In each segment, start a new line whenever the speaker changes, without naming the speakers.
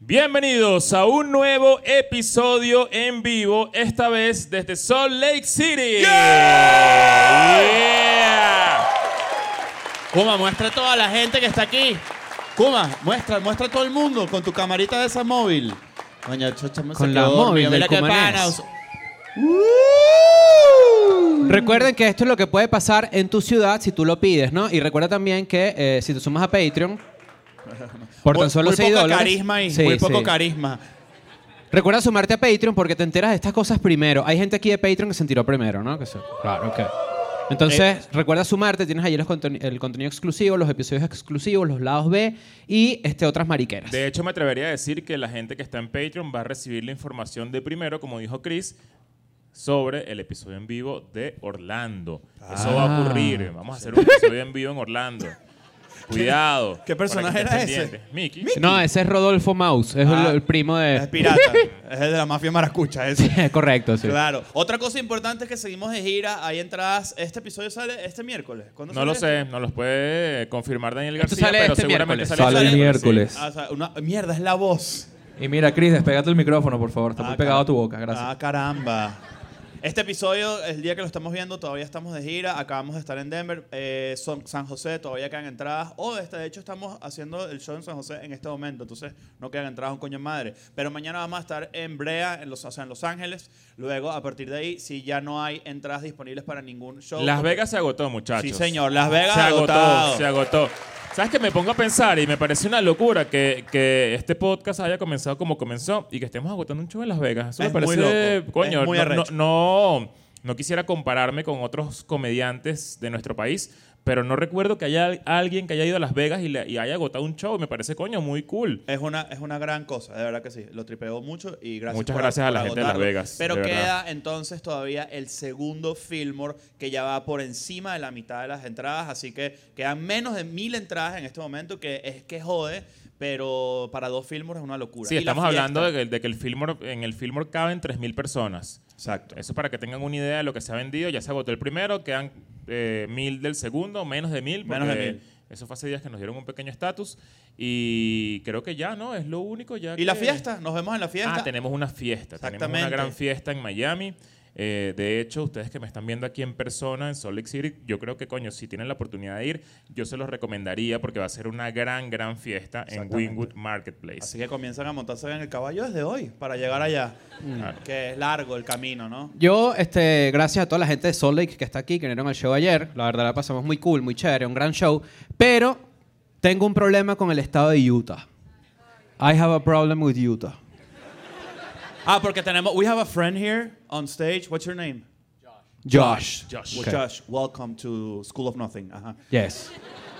Bienvenidos a un nuevo episodio en vivo, esta vez desde Salt Lake City. Yeah.
Kuma, muestra a toda la gente que está aquí. Kuma, muestra, muestra a todo el mundo con tu camarita de esa móvil. Doña Chocha me
Con
se
la
quedó dormida.
móvil del
Mira qué
cumanés.
panas.
Recuerden que esto es lo que puede pasar en tu ciudad si tú lo pides, ¿no? Y recuerda también que eh, si te sumas a Patreon, por
Muy-
tan solo
muy
6
poco
dólares.
carisma ahí,
Sí,
muy poco
sí.
carisma.
Recuerda sumarte a Patreon porque te enteras de estas cosas primero. Hay gente aquí de Patreon que se enteró primero, ¿no? Que se- claro, ok.
Eh.
Entonces, recuerda sumarte, tienes ahí los conten- el contenido exclusivo, los episodios exclusivos, los lados B y este, otras mariqueras.
De hecho, me atrevería a decir que la gente que está en Patreon va a recibir la información de primero, como dijo Chris, sobre el episodio en vivo de Orlando. Eso va a ocurrir. Vamos a hacer un episodio en vivo en Orlando. Cuidado.
qué personaje
Para que estés
era ese?
pendiente. Mickey.
No, ese es Rodolfo Maus, es el-
Ah,
el, primo
Es
de...
pirata. es el de la mafia maracucha ese.
Correcto, sí.
Claro. Otra cosa importante es que seguimos de gira. Hay entradas. Este episodio sale este miércoles. ¿Cuándo
No
sale
lo
este?
sé, no los puede confirmar Daniel
Esto
García,
sale
pero
este
seguramente
miércoles.
sale,
Sale el miércoles.
Ah, o sea, una, mierda, es la voz.
Y mira, Chris, despegate el micrófono, por favor. Está
Ah,
muy pegado a tu
caramba.
boca, gracias.
Ah, caramba. Este episodio, el día que lo estamos viendo, todavía estamos de gira. Acabamos de estar en Denver, eh, son- San José, todavía quedan entradas. O este, de hecho, estamos haciendo el show en San José en este momento. Entonces, no quedan entradas un coño en madre. Pero mañana vamos a estar en Brea, en los, o sea, en Los Ángeles. Luego, a partir de ahí, si ya no hay entradas disponibles para ningún show.
Las Vegas se agotó, muchachos.
Sí, señor, Las Vegas
se agotó.
agotado.
Se agotó. ¿Sabes que Me pongo a pensar y me parece una locura que, que este podcast haya comenzado como comenzó y que estemos agotando un show en Las Vegas. Eso
Es
me parece,
muy loco,
coño,
es muy
no, no,
arrecho.
no- no quisiera compararme con otros comediantes de nuestro país, pero no recuerdo que haya alguien que haya ido a Las Vegas y, le- y haya agotado un show. Me parece, coño, muy cool.
Es una, es una gran cosa, de verdad que sí. Lo tripeo mucho y gracias.
Muchas
por-
gracias a la
por
gente de Las
agotarlo.
Vegas,
Pero
de verdad.
queda entonces todavía el segundo Fillmore que ya va por encima de la mitad de las entradas. Así que quedan menos de mil entradas en este momento, que es que jode, pero para dos Fillmore es una locura.
Sí,
Y la
estamos
fiesta-
hablando de que, de que el Fillmore, en el Fillmore caben 3.000 personas.
Exacto.
Eso es para que tengan una idea de lo que se ha vendido. Ya se agotó el primero, quedan eh, mil del segundo, menos de mil.
Menos de
porque
mil.
Eso fue hace días que nos dieron un pequeño estatus. Y creo que ya, ¿no? Es lo único ya.
Y la
que-
fiesta, nos vemos en la fiesta.
Ah, tenemos una fiesta. Tenemos una
Exactamente.
gran fiesta en Miami. Eh, de hecho, ustedes que me están viendo aquí en persona en Salt Lake City, yo creo que, coño, si tienen la oportunidad de ir, yo se los recomendaría porque va a ser una gran, gran fiesta en
Exactamente.
Wynwood Marketplace.
Así que comienzan a montarse en el caballo desde hoy para llegar allá.
Claro.
Que es largo el camino, ¿no?
Yo, este, gracias a toda la gente de Salt Lake que está aquí, que vinieron al show ayer. La verdad la pasamos muy cool, muy chévere, un gran show. Pero tengo un problema con el estado de Utah. I have a problem with Utah.
Ah, porque tenemos. We have a friend here on stage. What's your name?
Josh.
Josh.
Well,
Okay.
Josh, welcome to School of Nothing. Ajá.
Yes.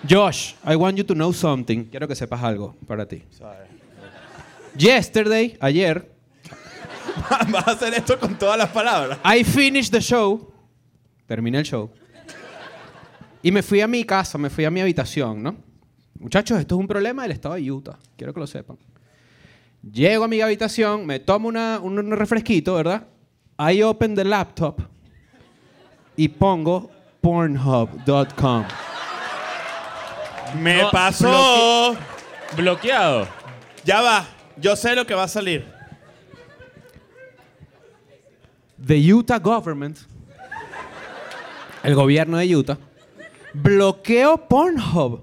Josh, I want you to know something. Quiero que sepas algo para ti.
Sorry.
Yesterday, ayer,
Vas a hacer esto con todas las palabras.
I finished the show. Terminé el show. Y me fui a mi casa, me fui a mi habitación, ¿no? Muchachos, esto es un problema del estado de Utah. Quiero que lo sepan. Llego a mi habitación, me tomo una- un, un refresquito, ¿verdad? I open the laptop y pongo pornhub.com.
Me
No,
pasó.
Bloqueado.
Ya va. Yo sé lo que va a salir.
The Utah government, el gobierno de Utah, bloqueó Pornhub.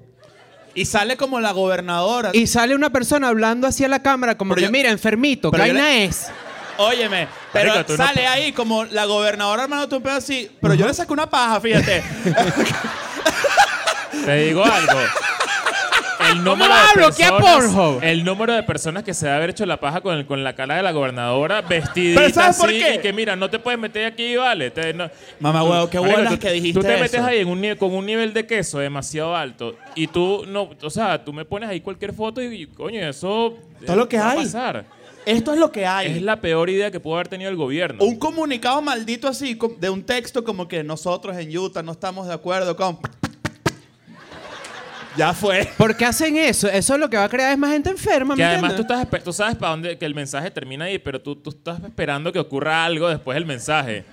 Y sale como la gobernadora.
Y sale una persona hablando hacia la cámara como
Pero
que,
yo-
mira, enfermito, ¿qué
pero yo
vaina
le-
es?
Óyeme, pero
Marico, tú no-
sale ahí como la gobernadora hermano tú un pedo así. Pero yo le saqué una paja, fíjate.
Te digo algo. El número,
vas a
de
bloquear
personas,
Pornhub?
el número de personas que se ha haber hecho la paja con, el- con la cara de la gobernadora vestidita
¿Pero sabes por
así,
qué?
y que mira, no te puedes meter aquí, vale. Te- no-
Mamá
tú-
huevo, qué
marico,
bolas
tú-
que dijiste
Tú te metes
eso.
ahí en un, nive- con un nivel de queso demasiado alto y tú no, o sea, tú me pones ahí cualquier foto y, y, coño, eso eh,
Todo lo que
va a
hay.
pasar.
Esto es lo que hay.
Es la peor idea que pudo haber tenido el gobierno.
Un comunicado maldito así, com- de un texto como que nosotros en Utah no estamos de acuerdo con. Ya fue.
¿Por qué hacen eso? Eso lo que va a crear es más gente enferma,
Que
¿me
además tú,
entiendes?
estás, espe- tú sabes para dónde que el mensaje termina ahí, pero tú, tú estás esperando que ocurra algo después del mensaje.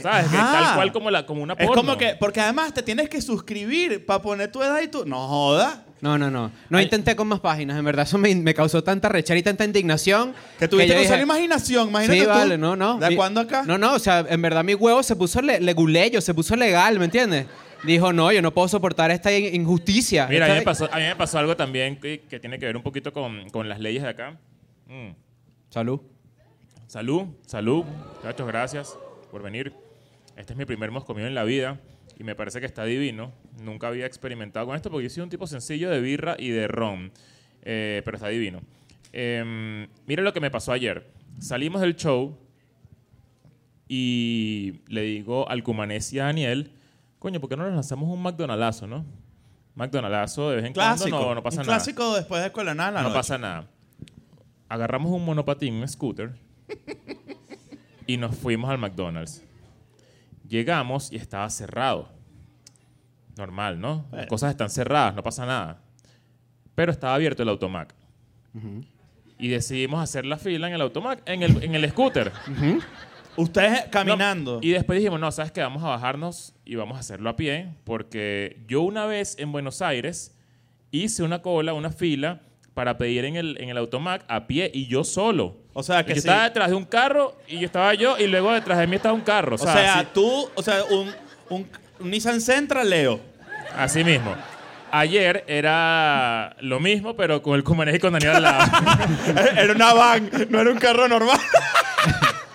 ¿Sabes? Que
Ajá.
Ah.
tal cual como, la, como una
Es
porno.
como que, porque además te tienes que suscribir para poner tu edad y tú. No joda.
No, no, no. No intenté con más páginas. En verdad, eso me, me causó tanta rechera y tanta indignación.
Que tuviste
yo
que
dije,
usar la imaginación, imagínate
sí,
tú.
vale, no, no.
¿De
Mi-
cuándo acá?
No, no, o sea, en verdad mi huevo se puso le- leguleyo, se puso legal, ¿me entiendes? Dijo, no, yo no puedo soportar esta in- injusticia.
Mira, a mí,
Esta-
me pasó, a mí me pasó algo también que, que tiene que ver un poquito con, con las leyes de acá. Mm.
Salud.
Salud, salud, muchachos, gracias por venir. Este es mi primer moscomido en la vida y me parece que está divino. Nunca había experimentado con esto porque yo soy un tipo sencillo de birra y de ron, Eh, pero está divino. Em, mira lo que me pasó ayer. Salimos del show y le digo al cumanés y a Daniel, coño, ¿por qué no nos lanzamos un McDonald'azo, no? McDonald'azo de vez en
Clásico.
cuando no, no pasa
un
nada.
clásico después de escuela nada. eh. en la
No
noche.
pasa nada. Agarramos un monopatín, un scooter, y nos fuimos al McDonald's. Llegamos y estaba cerrado. Normal, ¿no? Las
Bueno.
cosas están cerradas, no pasa nada. Pero estaba abierto el automac. Y decidimos hacer la fila en el automac, en el, en el scooter.
Ustedes
No,
caminando.
y después dijimos, no, ¿sabes qué? Vamos a bajarnos y vamos a hacerlo a pie, porque yo una vez en Buenos Aires hice una cola, una fila, para pedir en el, en el automac a pie y yo solo.
O sea, que
yo
sí.
estaba detrás de un carro y yo estaba yo y luego detrás de mí estaba un carro.
o sea,
así-
tú, o sea, un, un, un Nissan Sentra, Leo.
Así mismo. Ayer era lo mismo, pero con el cumanés y con Daniel al lado.
era una van, no era un carro normal.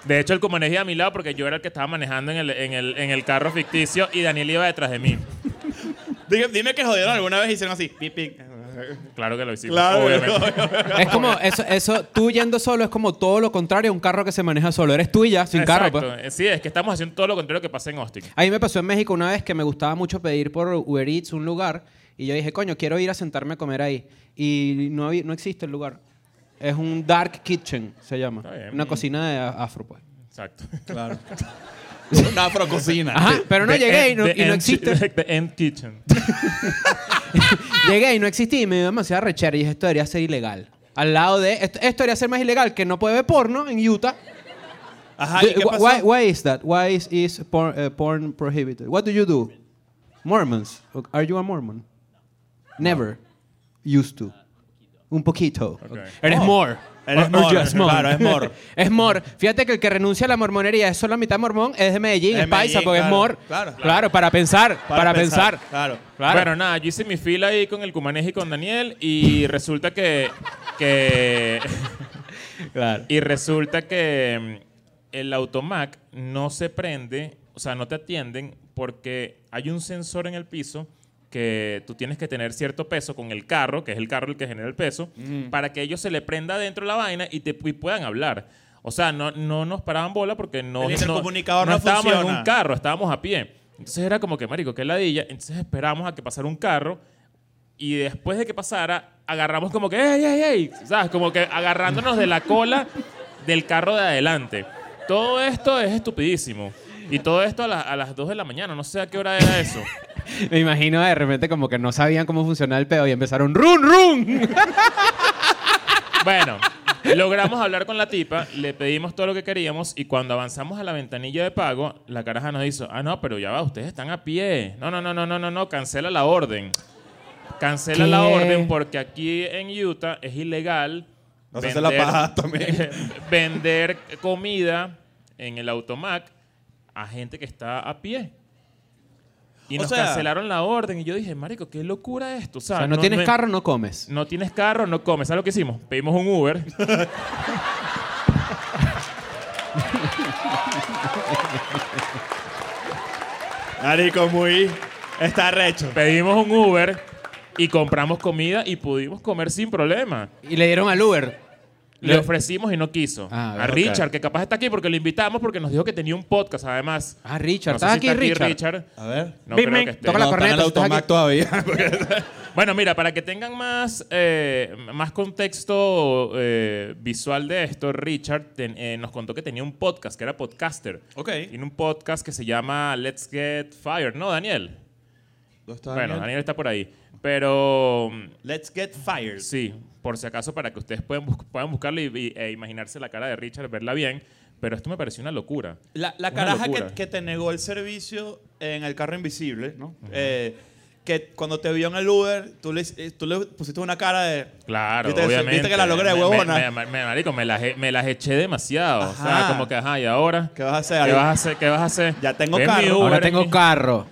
De hecho, el cumanés iba a mi lado porque yo era el que estaba manejando en el, en el, en el carro ficticio y Daniel iba detrás de mí.
dime, dime que jodieron alguna vez y hicieron así. Pip, pip.
Claro que lo hicimos.
Claro.
obviamente.
Es como, eso, eso, tú yendo solo es como todo lo contrario a un carro que se maneja solo. Eres tú y ya, sin carro, pues.
Exacto. Eh, Sí, es que estamos haciendo todo lo contrario que pasa en Austin.
A mí me pasó en México una vez que me gustaba mucho pedir por Uber Eats un lugar y yo dije, coño, quiero ir a sentarme a comer ahí. Y no, había- no existe el lugar. Es un dark kitchen, se llama.
Está bien.
Una cocina de a- afro, pues.
Exacto.
Claro. una afrococina.
Ajá, pero no
The
llegué y
end-
no,
the
y no
end ki-
existe.
The End Kitchen.
llegué y no existí y me dio demasiada rechera y dije, esto debería ser ilegal. Al lado de, esto, esto debería ser más ilegal que no puede ver porno en Utah.
Ajá, Ah, ¿y
The-
qué pasó?
why, why is that? Why is, is porn, uh, porn prohibited? What do you do? Mormons. Are you a Mormon? Never. Used to. Un poquito.
Okay.
Eres
Oh.
more.
Eres
Or- or
more,
just more.
claro, es more.
es more. Fíjate que el que renuncia a la mormonería es solo mitad mormón, es de Medellín,
Es
es, paisa,
Medellín,
porque es
claro,
more.
claro, claro.
para pensar, para, pensar.
Claro.
Claro.
Bueno, nada, yo hice mi fila ahí con el Cumanés y con Daniel y resulta que... que
Claro.
y resulta que mm, el automac no se prende, o sea, no te atienden porque hay un sensor en el piso que tú tienes que tener cierto peso con el carro, que es el carro el que genera el peso,
Mm.
para que ellos se le prenda dentro la vaina y te y puedan hablar. O sea, no, no nos paraban bola porque no,
El intercomunicador
no
no
estábamos en
funciona.
un carro, estábamos a pie. Entonces era como que, marico, qué ladilla. Entonces esperamos a que pasara un carro y después de que pasara, agarramos como que, ¡ey, ey, ey! ¿Sabes? Como que agarrándonos de la cola del carro de adelante. Todo esto es estupidísimo. Y todo esto a, la- a las 2 de la mañana. No sé a qué hora era eso.
Me imagino de repente como que no sabían cómo funcionaba el pedo y empezaron run, run.
Bueno, logramos hablar con la tipa, le pedimos todo lo que queríamos y cuando avanzamos a la ventanilla de pago, la caraja nos hizo, ah, no, pero ya va, ustedes están a pie. No, no, no, no, no, no, no, cancela la orden. Cancela
¿Qué?
la orden porque aquí en Utah es ilegal
Nos hace la paja también.
vender comida en el automac a gente que está a pie. Y
O
nos
sea-
cancelaron la orden. Y yo dije, marico, qué locura esto. O sea,
O sea, no, tienes
me-
carro, no comes.
no tienes carro, no comes. ¿Sabes lo que hicimos? Pedimos un Uber.
Marico, muy. Está recho.
Pedimos un Uber y compramos comida y pudimos comer sin problema.
Y le dieron al Uber.
Le
Le-
ofrecimos y no quiso.
Ah,
a
ok.
Richard, que capaz está aquí porque lo invitamos porque nos dijo que tenía un podcast además.
Ah, Richard.
No sé
¿Estás
si
aquí,
está
Richard?
A ver.
No
Bing,
creo
bing.
que esté.
Toca la
No, está en el
corneta, usted está
automac
aquí.
todavía.
Bueno, mira, para que tengan más, eh, más contexto eh, visual de esto, Richard ten- eh, nos contó que tenía un podcast, que era podcaster.
Ok.
Tiene un podcast que se llama Let's Get Fired. No, Daniel.
¿Dónde está
Bueno,
Daniel?
Daniel está por ahí. Pero mm,
Let's get fired.
sí, por si acaso, para que ustedes puedan, bus- puedan buscarlo y, y- e imaginarse la cara de Richard, verla bien. Pero esto me pareció una locura.
La, la
Una
caraja que,
locura.
que te negó el servicio en el carro invisible, ¿no? Eh, que cuando te vio en el Uber, tú le, eh, tú le pusiste una cara de...
Claro,
Viste que-
obviamente.
viste que la logré,
Me- me-
huevona.
Me, me- me- marico, me las, he- me las eché demasiado. O
Ajá.
sea, como que, ajá, ¿y ahora?
¿Qué vas a hacer?
¿Qué vas a hacer? ¿Qué vas a hacer?
Ya tengo
Ven mi
carro.
Uber,
Ahora
ven
tengo
mi-
carro.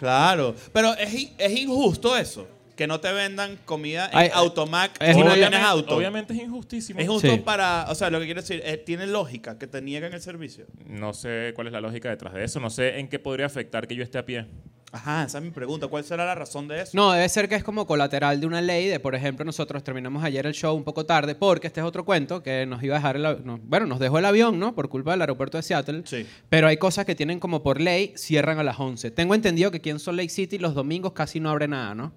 Claro. Pero es, in- es injusto eso. Que no te vendan comida en
Ay,
Automac
es
si no
una-
tienes
Obviamente,
auto.
obviamente es injustísimo.
Es injusto
Sí.
para... O sea, lo que quiero decir, eh, tiene lógica que te niegan el servicio.
No sé cuál es la lógica detrás de eso. No sé en qué podría afectar que yo esté a pie.
Ajá, esa es mi pregunta. ¿Cuál será la razón de eso?
No, debe ser que es como colateral de una ley de, por ejemplo, nosotros terminamos ayer el show un poco tarde porque este es otro cuento que nos iba a dejar el av- no, bueno, nos dejó el avión, ¿no? Por culpa del aeropuerto de Seattle.
Sí.
Pero hay cosas que tienen como por ley cierran a las 11. Tengo entendido que aquí en Salt Lake City los domingos casi no abre nada, ¿no?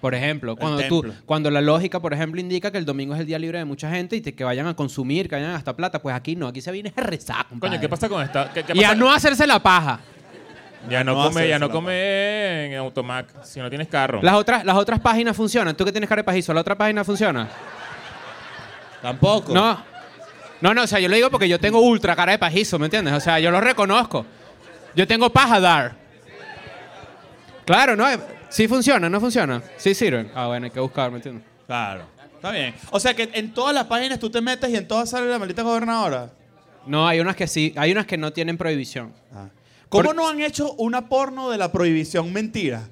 Por ejemplo, cuando tú,
templo.
cuando la lógica, por ejemplo, indica que el domingo es el día libre de mucha gente y te- que vayan a consumir, que vayan a gastar plata, pues aquí no, aquí se viene a rezar, compadre.
Coño, ¿qué pasa con esta? ¿Qué, qué
Y
pasa?
a no hacerse la paja.
Ya no
No
come,
hacerse
ya no
la
come en Automac si no tienes carro.
Las otras, las otras páginas funcionan. Tú que tienes cara de pajizo, ¿la otra página funciona?
Tampoco.
No. No, no, o sea, yo lo digo porque yo tengo ultra cara de pajizo, ¿me entiendes? O sea, yo lo reconozco. Yo tengo paja dar. Claro, ¿no? Sí funciona, no funciona. Sí sirven. Ah, bueno, hay que buscar, ¿me entiendes?
Claro. Está bien. O sea, que en todas las páginas tú te metes y en todas sale la maldita gobernadora.
No, hay unas que sí, hay unas que no tienen prohibición.
¿Cómo
Por-
no han hecho una porno de la prohibición mentira?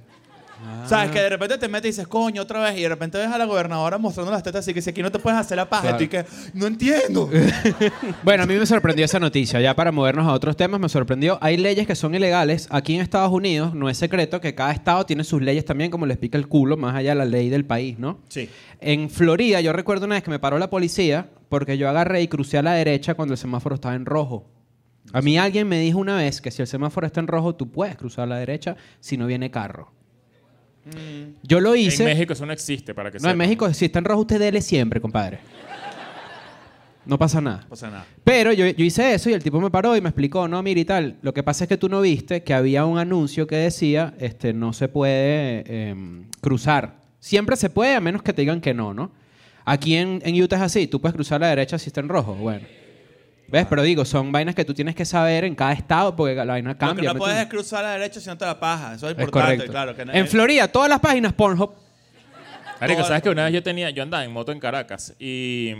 Sabes
Ah.
que de repente te metes y dices, coño, otra vez, y de repente ves a la gobernadora mostrando las tetas, así que si aquí no te puedes hacer la paja,
Claro.
y tú y que, no entiendo.
Bueno, a mí me sorprendió esa noticia. Ya para movernos a otros temas, me sorprendió. Hay leyes que son ilegales. Aquí en Estados Unidos no es secreto que cada estado tiene sus leyes también, como les pica el culo, más allá de la ley del país, ¿no?
sí.
En Florida, yo recuerdo una vez que me paró la policía porque yo agarré y crucé a la derecha cuando el semáforo estaba en rojo. A mí alguien me dijo una vez que si el semáforo está en rojo, tú puedes cruzar a la derecha si no viene carro. Yo lo hice.
Mm. en México eso no existe para que
no, en
sepan.
México, si está en rojo, usted dele siempre, compadre. No pasa nada.
O sea, nada.
Pero yo, yo hice eso y el tipo me paró y me explicó, no, mira y tal, lo que pasa es que tú no viste que había un anuncio que decía, este, no se puede em, cruzar. Siempre se puede, a menos que te digan que no, ¿no? Aquí en, en Utah es así, tú puedes cruzar a la derecha si está en rojo, bueno. ¿Ves? Pero digo, son vainas que tú tienes que saber en cada estado porque la vaina
Lo que
cambia.
no
¿me
puedes es
entiendes?
cruzar a la derecha si no te la paja. Eso es
Es
importante,
correcto.
claro. Que no-
en
eh,
Florida, todas las páginas Pornhub,
Marico,
Toda-
¿sabes que una vez yo tenía, yo andaba en moto en Caracas y,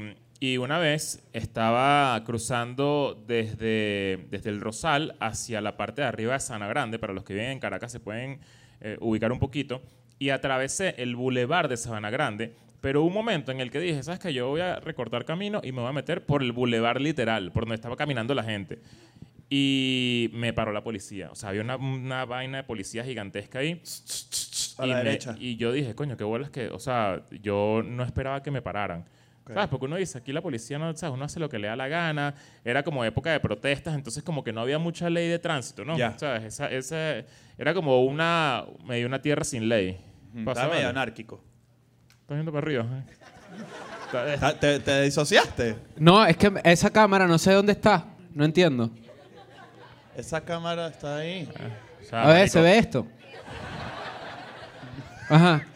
y una vez estaba cruzando desde, desde el Rosal hacia la parte de arriba de Sana Grande, para los que viven en Caracas se pueden eh, ubicar un poquito, y atravesé el bulevar de Sabana Grande, pero hubo un momento en el que dije, ¿sabes que Yo voy a recortar camino y me voy a meter por el bulevar literal, por donde estaba caminando la gente. Y me paró la policía. O sea, había una, una vaina de policía gigantesca ahí
A
y,
la
me-
derecha.
y yo dije, coño, qué bolas que. O sea, yo no esperaba que me pararan. ¿Sabes? Porque uno dice, aquí la policía no, ¿sabes? Uno hace lo que le da la gana. Era como época de protestas, entonces como que no había mucha ley de tránsito, ¿no?
Ya.
¿Sabes? Esa, esa- era como una. medio una tierra sin ley. Pasa,
Estaba
vale.
medio anárquico.
Estás viendo para arriba. ¿eh? Está-
Ah, ¿Te, te disociaste?
no, es que esa cámara no sé dónde está, no entiendo.
Esa cámara está ahí.
o sea,
Ah,
A ver,
marico,
se ve esto. Ajá.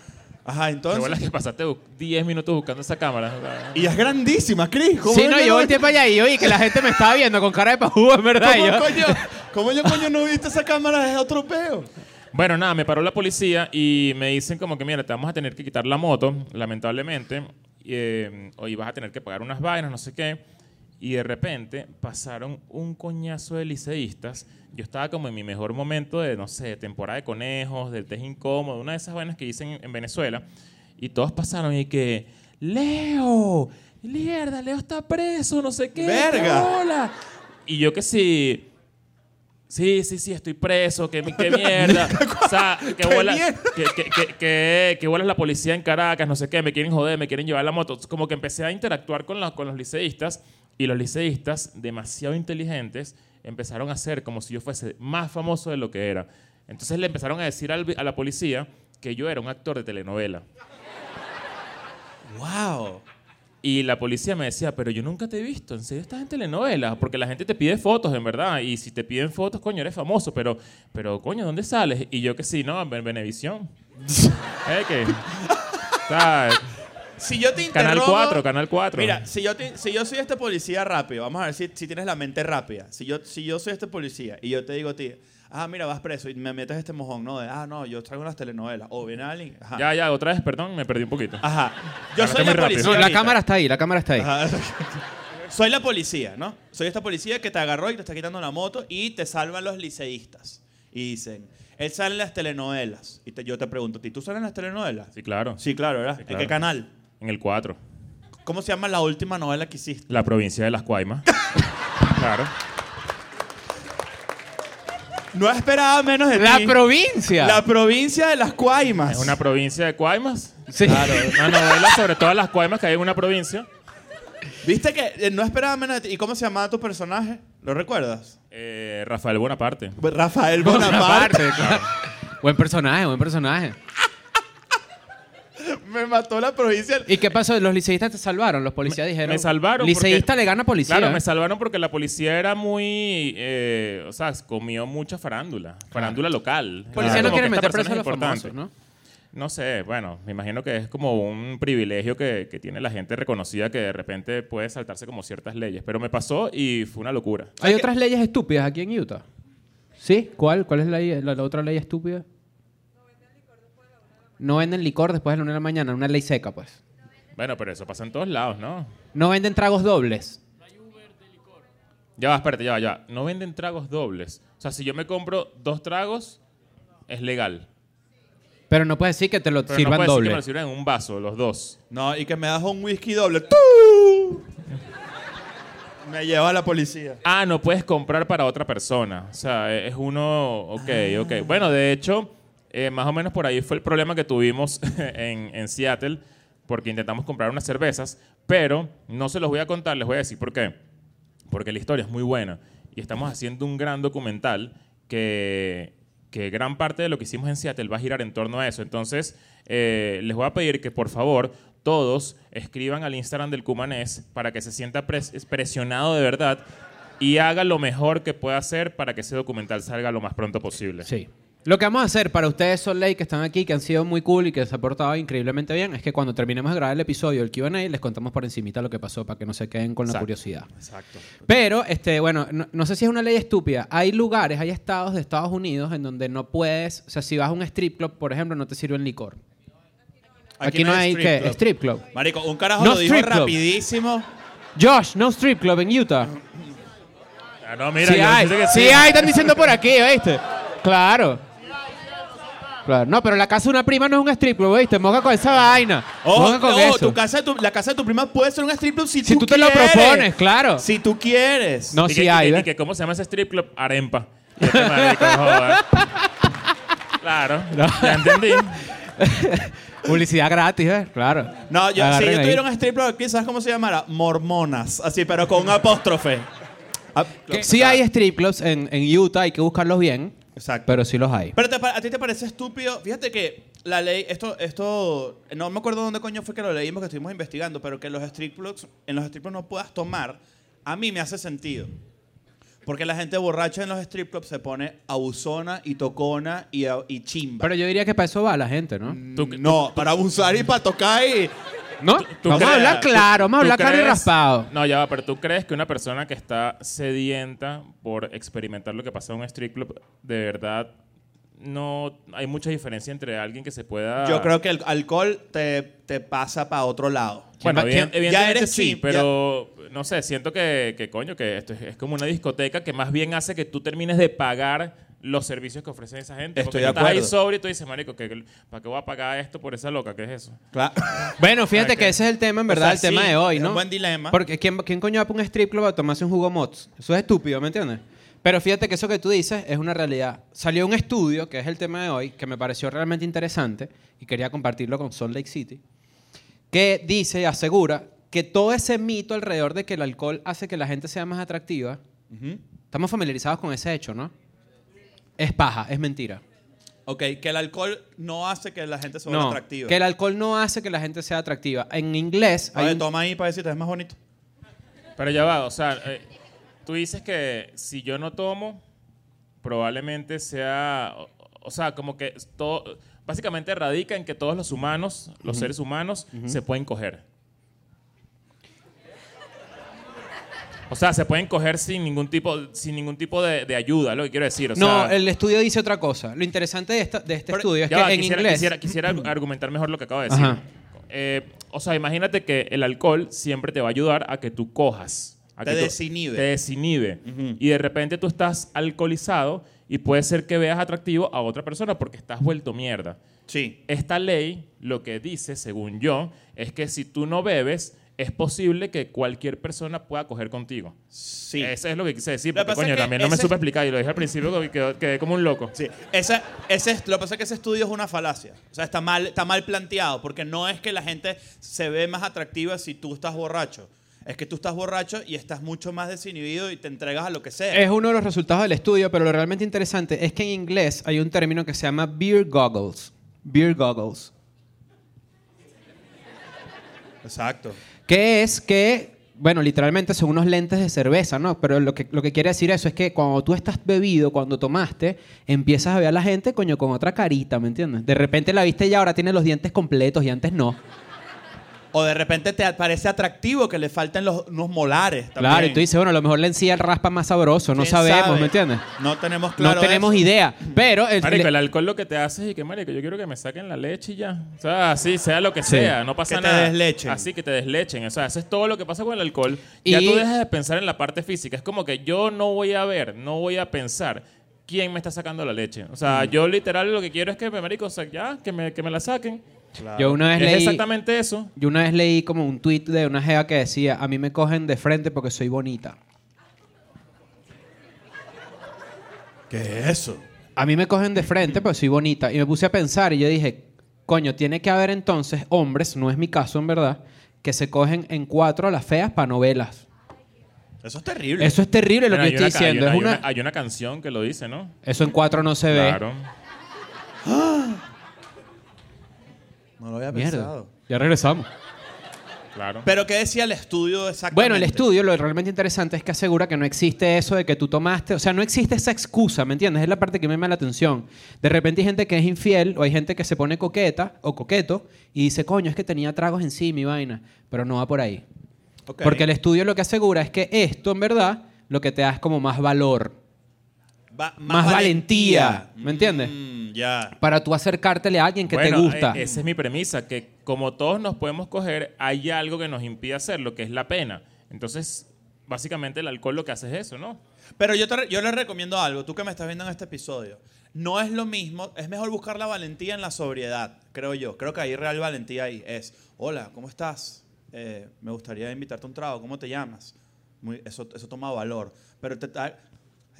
Ajá,
Qué bolas
entonces.
que pasaste bu- 10 minutos buscando esa cámara. o sea.
Y es grandísima, Cris. ¿cómo
Sí, no,
la-
yo volteé para allá y yo vi que la gente me estaba viendo con cara de pajú, en verdad. y
¿Cómo,
yo-
coño, ¿Cómo yo, coño, no viste esa cámara? Es otro peo.
Bueno, nada, me paró la policía y me dicen como que, mira, te vamos a tener que quitar la moto, lamentablemente, y, eh, o- y vas a tener que pagar unas vainas, no sé qué. Y de repente pasaron un coñazo de liceístas. Yo estaba como en mi mejor momento de, no sé, temporada de conejos, del test incómodo, una de esas vainas que dicen en Venezuela. Y todos pasaron y que, Leo, mierda, Leo está preso, no sé qué.
Verga.
qué bola". Y yo que sí. Sí, sí, sí, estoy preso, que, qué mierda. o sea, que
¿Qué
vuela,
mierda?
que, que, que, que, que vuela la policía en Caracas, no sé qué, me quieren joder, me quieren llevar la moto. Como que empecé a interactuar con, la- con los liceístas y los liceístas, demasiado inteligentes, empezaron a hacer como si yo fuese más famoso de lo que era. Entonces le empezaron a decir al vi- a la policía que yo era un actor de telenovela.
¡Wow!
Y la policía me decía, pero yo nunca te he visto, ¿en serio estás en telenovelas? Porque la gente te pide fotos, en verdad, y si te piden fotos, coño, eres famoso, pero, pero coño, ¿dónde sales? Y yo que sí, no, en Benevisión. ¿Eh, qué? O sea,
Si yo te interrogo...
Canal 4, Canal 4.
Mira, si yo, te- si yo soy este policía rápido, vamos a ver si, si tienes la mente rápida. Si yo, si yo soy este policía y yo te digo a ti, ah, mira, vas preso y me metes este mojón, ¿no? De, ah, no, yo traigo unas telenovelas. O viene alguien, ajá.
Ya, ya, otra vez, perdón, me perdí un poquito.
Ajá. Yo
Hablaste
soy la
muy rápido.
policía.
No, la
ahorita.
cámara está ahí, la cámara está ahí.
Ajá. Soy la policía, ¿no? Soy esta policía que te agarró y te está quitando la moto y te salvan los liceístas. Y dicen, él sale en las telenovelas. Y te- yo te pregunto, ¿a ti tú sales en las telenovelas?
Sí, claro.
Sí, claro, ¿verdad?
Sí,
¿En
claro.
qué canal?
En el 4.
¿Cómo se llama la última novela que hiciste?
La provincia de Las Guaymas. claro.
No esperaba menos de
La
ti.
provincia.
La provincia de las Cuaimas.
Es una provincia de Cuaymas.
Sí.
Claro, eh. una novela sobre todas las Cuaymas que hay en una provincia.
¿Viste que eh, no esperaba menos de ti? ¿Y cómo se llamaba tu personaje? ¿Lo recuerdas?
Eh, Rafael Bonaparte.
Rafael
Bonaparte,
Bonaparte.
claro. Buen personaje, buen personaje.
Me mató la provincia.
¿Y qué pasó? Los liceístas te salvaron, los policías dijeron.
Me salvaron. porque-
Liceísta le gana a policía.
Claro, me salvaron porque la policía era muy. eh, o sea, comió mucha farándula. Farándula local.
policía
Era
no
como
quiere
que
meter
esta persona
preso a
es
los
importante.
famosos, ¿no?
No sé, bueno, me imagino que es como un privilegio que, que tiene la gente reconocida que de repente puede saltarse como ciertas leyes. Pero me pasó y fue una locura.
Hay otras leyes estúpidas aquí en Utah. ¿Sí? ¿Cuál? ¿Cuál es la, la- la otra ley estúpida? No venden licor después de la una de la mañana, una ley seca, pues.
Bueno, pero eso pasa en todos lados, ¿no?
No venden tragos dobles.
Ya va, espérate, ya va, ya. va. No venden tragos dobles. O sea, si yo me compro dos tragos, es legal.
Pero no puedes decir que te lo
Pero no
sirvan
puede ser que
doble.
me lo sirvan en un vaso, los dos.
No, y que me das un whisky doble. ¡Tú! Me lleva la policía.
Ah, no puedes comprar para otra persona. O sea, e- es uno. Ok, ok. Bueno, de hecho, eh, más o menos por ahí fue el problema que tuvimos en, en Seattle, porque intentamos comprar unas cervezas, pero no se los voy a contar, les voy a decir por qué. Porque la historia es muy buena y estamos haciendo un gran documental que, que gran parte de lo que hicimos en Seattle va a girar en torno a eso. Entonces, eh, les voy a pedir que por favor todos escriban al Instagram del Cumanés para que se sienta pres- presionado de verdad y haga lo mejor que pueda hacer para que ese documental salga lo más pronto posible.
Sí. Lo que vamos a hacer para ustedes, Sol Ley, que están aquí, que han sido muy cool y que se han portado increíblemente bien, es que cuando terminemos de grabar el episodio del Q&A, les contamos por encimita lo que pasó para que no se queden con la
Exacto.
curiosidad.
Exacto.
Pero, este, bueno, no, no sé si es una ley estúpida. Hay lugares, hay estados de Estados Unidos en donde no puedes, o sea, si vas a un strip club, por ejemplo, no te sirven licor. Aquí, no hay, que
club.
strip club.
Marico, un carajo
No
lo dijo
strip club.
rapidísimo.
Josh, no strip club en Utah.
Ah, no, mira,
sí
yo
hay,
sé que
sí hay, están diciendo por aquí, ¿viste? Claro. Claro, no, pero la casa de una prima no es un strip club, ¿viste? Moca con esa vaina.
Ojo,
Oh,
Moca con
ojo,
eso.
tu casa de tu- la casa de tu prima puede ser un strip club si,
Si tú te lo
quieres.
propones, claro.
Si tú quieres.
No,
Y
sí
que- y
hay, ¿eh?
que-
¿ves?
y que ¿Cómo se llama ese strip club? Arempa. Y este marico, joder. Claro, ya entendí.
Publicidad gratis, ¿ves? Claro.
No, yo, si
Agarren
yo
ahí.
tuviera un strip club aquí, ¿sabes cómo se llamara? Mormonas. Así, pero con un apóstrofe. Ah,
Que Sí hay strip clubs en, en Utah, hay que buscarlos bien,
Exacto.
pero sí los hay.
Pero te pa- a ti te parece estúpido. Fíjate que la ley, esto, esto, no me acuerdo dónde coño fue que lo leímos, que estuvimos investigando, pero que los strip clubs, en los strip clubs no puedas tomar, a mí me hace sentido. Porque la gente borracha en los strip clubs se pone abusona y tocona y, a- y chimba.
Pero yo diría que para eso va la gente, ¿no?
¿Tú,
no, para abusar y para tocar y...
¿No?
Mm, tú
vamos a
crees-
hablar
tú-
claro, vamos a
tú
hablar claro y
crees-
raspado.
No, ya va, pero ¿tú crees que una persona que está sedienta por experimentar lo que pasa en un strip club, de verdad, no hay mucha diferencia entre alguien que se pueda...
Yo creo que el alcohol te, te pasa para otro lado.
Bueno,
¿Quién va-
evi-
quién-
evidentemente
ya eres
sí,
chim-
pero no sé, siento que, que coño, que esto es, es como una discoteca que más bien hace que tú termines de pagar los servicios que ofrecen esa gente. porque
Estoy de
tú estás ahí
acuerdo.
sobre y tú dices, marico, que- ¿para qué voy a pagar esto por esa loca? ¿Qué es eso?
Claro.
Bueno, fíjate
Ah,
que
que-
ese es el tema, en
O
verdad,
sea,
el tema
sí,
de hoy,
es
¿no?
un buen dilema.
Porque ¿quién, ¿quién coño va a un strip club a tomarse un jugo mods? Eso es estúpido, ¿me entiendes? Pero fíjate que eso que tú dices es una realidad. Salió un estudio, que es el tema de hoy, que me pareció realmente interesante y quería compartirlo con Salt Lake City, que dice y asegura que todo ese mito alrededor de que el alcohol hace que la gente sea más atractiva, estamos familiarizados con ese hecho, ¿no? Es paja, es mentira.
Ok, que el alcohol no hace que la gente se vuelva
No,
atractiva.
que el alcohol no hace que la gente sea atractiva. En inglés hay
Oye,
un-
toma ahí para decirte, es más bonito.
Pero ya va, o sea, eh, tú dices que si yo no tomo, probablemente sea, o, o sea, como que todo, básicamente radica en que todos los humanos, los seres humanos, se pueden coger. O sea, se pueden coger sin ningún tipo, sin ningún tipo de, de ayuda, lo que quiero decir. O
no,
sea,
el estudio dice otra cosa. Lo interesante de, esta- de este
Pero-
estudio es
ya
que
va,
en
quisiera,
inglés.
quisiera- quisiera argu- argumentar mejor lo que acabo de decir.
Ajá.
Eh, o sea, imagínate que el alcohol siempre te va a ayudar a que tú cojas. a
Te
que tú-
desinhibe.
Te desinhibe. Y de repente tú estás alcoholizado y puede ser que veas atractivo a otra persona porque estás vuelto mierda.
Sí.
Esta ley lo que dice, según yo, es que si tú no bebes, es posible que cualquier persona pueda coger contigo.
Sí.
Eso es lo que quise decir,
Lo que
porque
pasa
coño,
es que
también no me
ese-
supe explicar y lo dije al principio que quedó- quedé como un loco.
Sí, esa, ese, est- lo que pasa es que ese estudio es una falacia. O sea, está mal, está mal planteado, porque no es que la gente se ve más atractiva si tú estás borracho. Es que tú estás borracho y estás mucho más desinhibido y te entregas a lo que sea.
Es uno de los resultados del estudio, pero lo realmente interesante es que en inglés hay un término que se llama beer goggles. Beer goggles.
Exacto.
Que es que, bueno, literalmente son unos lentes de cerveza, ¿no? Pero lo que, lo que quiere decir eso es que cuando tú estás bebido, cuando tomaste, empiezas a ver a la gente, coño, con otra carita, ¿me entiendes? De repente la viste y ahora tiene los dientes completos y antes no.
O de repente te parece atractivo que le falten los, unos molares. también.
Claro, y tú dices, bueno, a lo mejor le encía el raspa más sabroso, no
¿Quién
sabemos,
sabe?
¿me entiendes?
No tenemos claro.
no tenemos
eso.
idea, pero... el-
Marico,
le-
el alcohol lo que te hace es que, marico, yo quiero que me saquen la leche y ya. O sea, así, sea lo que
Sí.
sea, no pasa
Que te
nada.
deslechen.
Así que te deslechen. O sea, eso es todo lo que pasa con el alcohol.
Y-
Ya tú dejas de pensar en la parte física. Es como que yo no voy a ver, no voy a pensar quién me está sacando la leche. O sea,
Mm.
yo literal lo que quiero es que, me, marico, o sea, ya, que me, que me la saquen.
Yo una vez
Es
leí...
exactamente eso.
Yo una vez leí como un tweet de una jeva que decía, a mí me cogen de frente porque soy bonita.
¿Qué es eso?
A mí me cogen de frente porque soy bonita. Y me puse a pensar y yo dije, coño, tiene que haber entonces hombres, no es mi caso en verdad, que se cogen en cuatro a las feas para novelas.
Eso es terrible.
Eso es terrible lo
Mira,
que
hay
yo
una
estoy
ca- hay una-
diciendo. es
hay una-
una-
hay una canción que lo dice, ¿no?
Eso en cuatro no se ve.
Claro.
No lo había
Mierda.
pensado.
Ya regresamos.
Claro.
Pero ¿qué decía el estudio exactamente?
Bueno, el estudio lo realmente interesante es que asegura que no existe eso de que tú tomaste, o sea, no existe esa excusa, ¿me entiendes? Es la parte que me llama la atención. De repente hay gente que es infiel o hay gente que se pone coqueta o coqueto y dice, coño, es que tenía tragos encima mi vaina, pero no va por ahí.
Ok.
Porque el estudio lo que asegura es que esto, en verdad, lo que te da es como más valor,
Va-
más, valentía, ¿me entiendes?
Mm, ya.
Para tú acercártele a alguien que te
Bueno,
gusta.
eh, esa es mi premisa, que como todos nos podemos coger, hay algo que nos impide hacerlo, que es la pena. Entonces, básicamente el alcohol lo que hace es eso, ¿no?
Pero yo, te re- yo le recomiendo algo, tú que me estás viendo en este episodio. No es lo mismo, es mejor buscar la valentía en la sobriedad, creo yo. Creo que ahí real valentía ahí es, hola, ¿cómo estás? Eh, me gustaría invitarte a un trago, ¿cómo te llamas? Muy- eso, eso toma valor. Pero te... ta-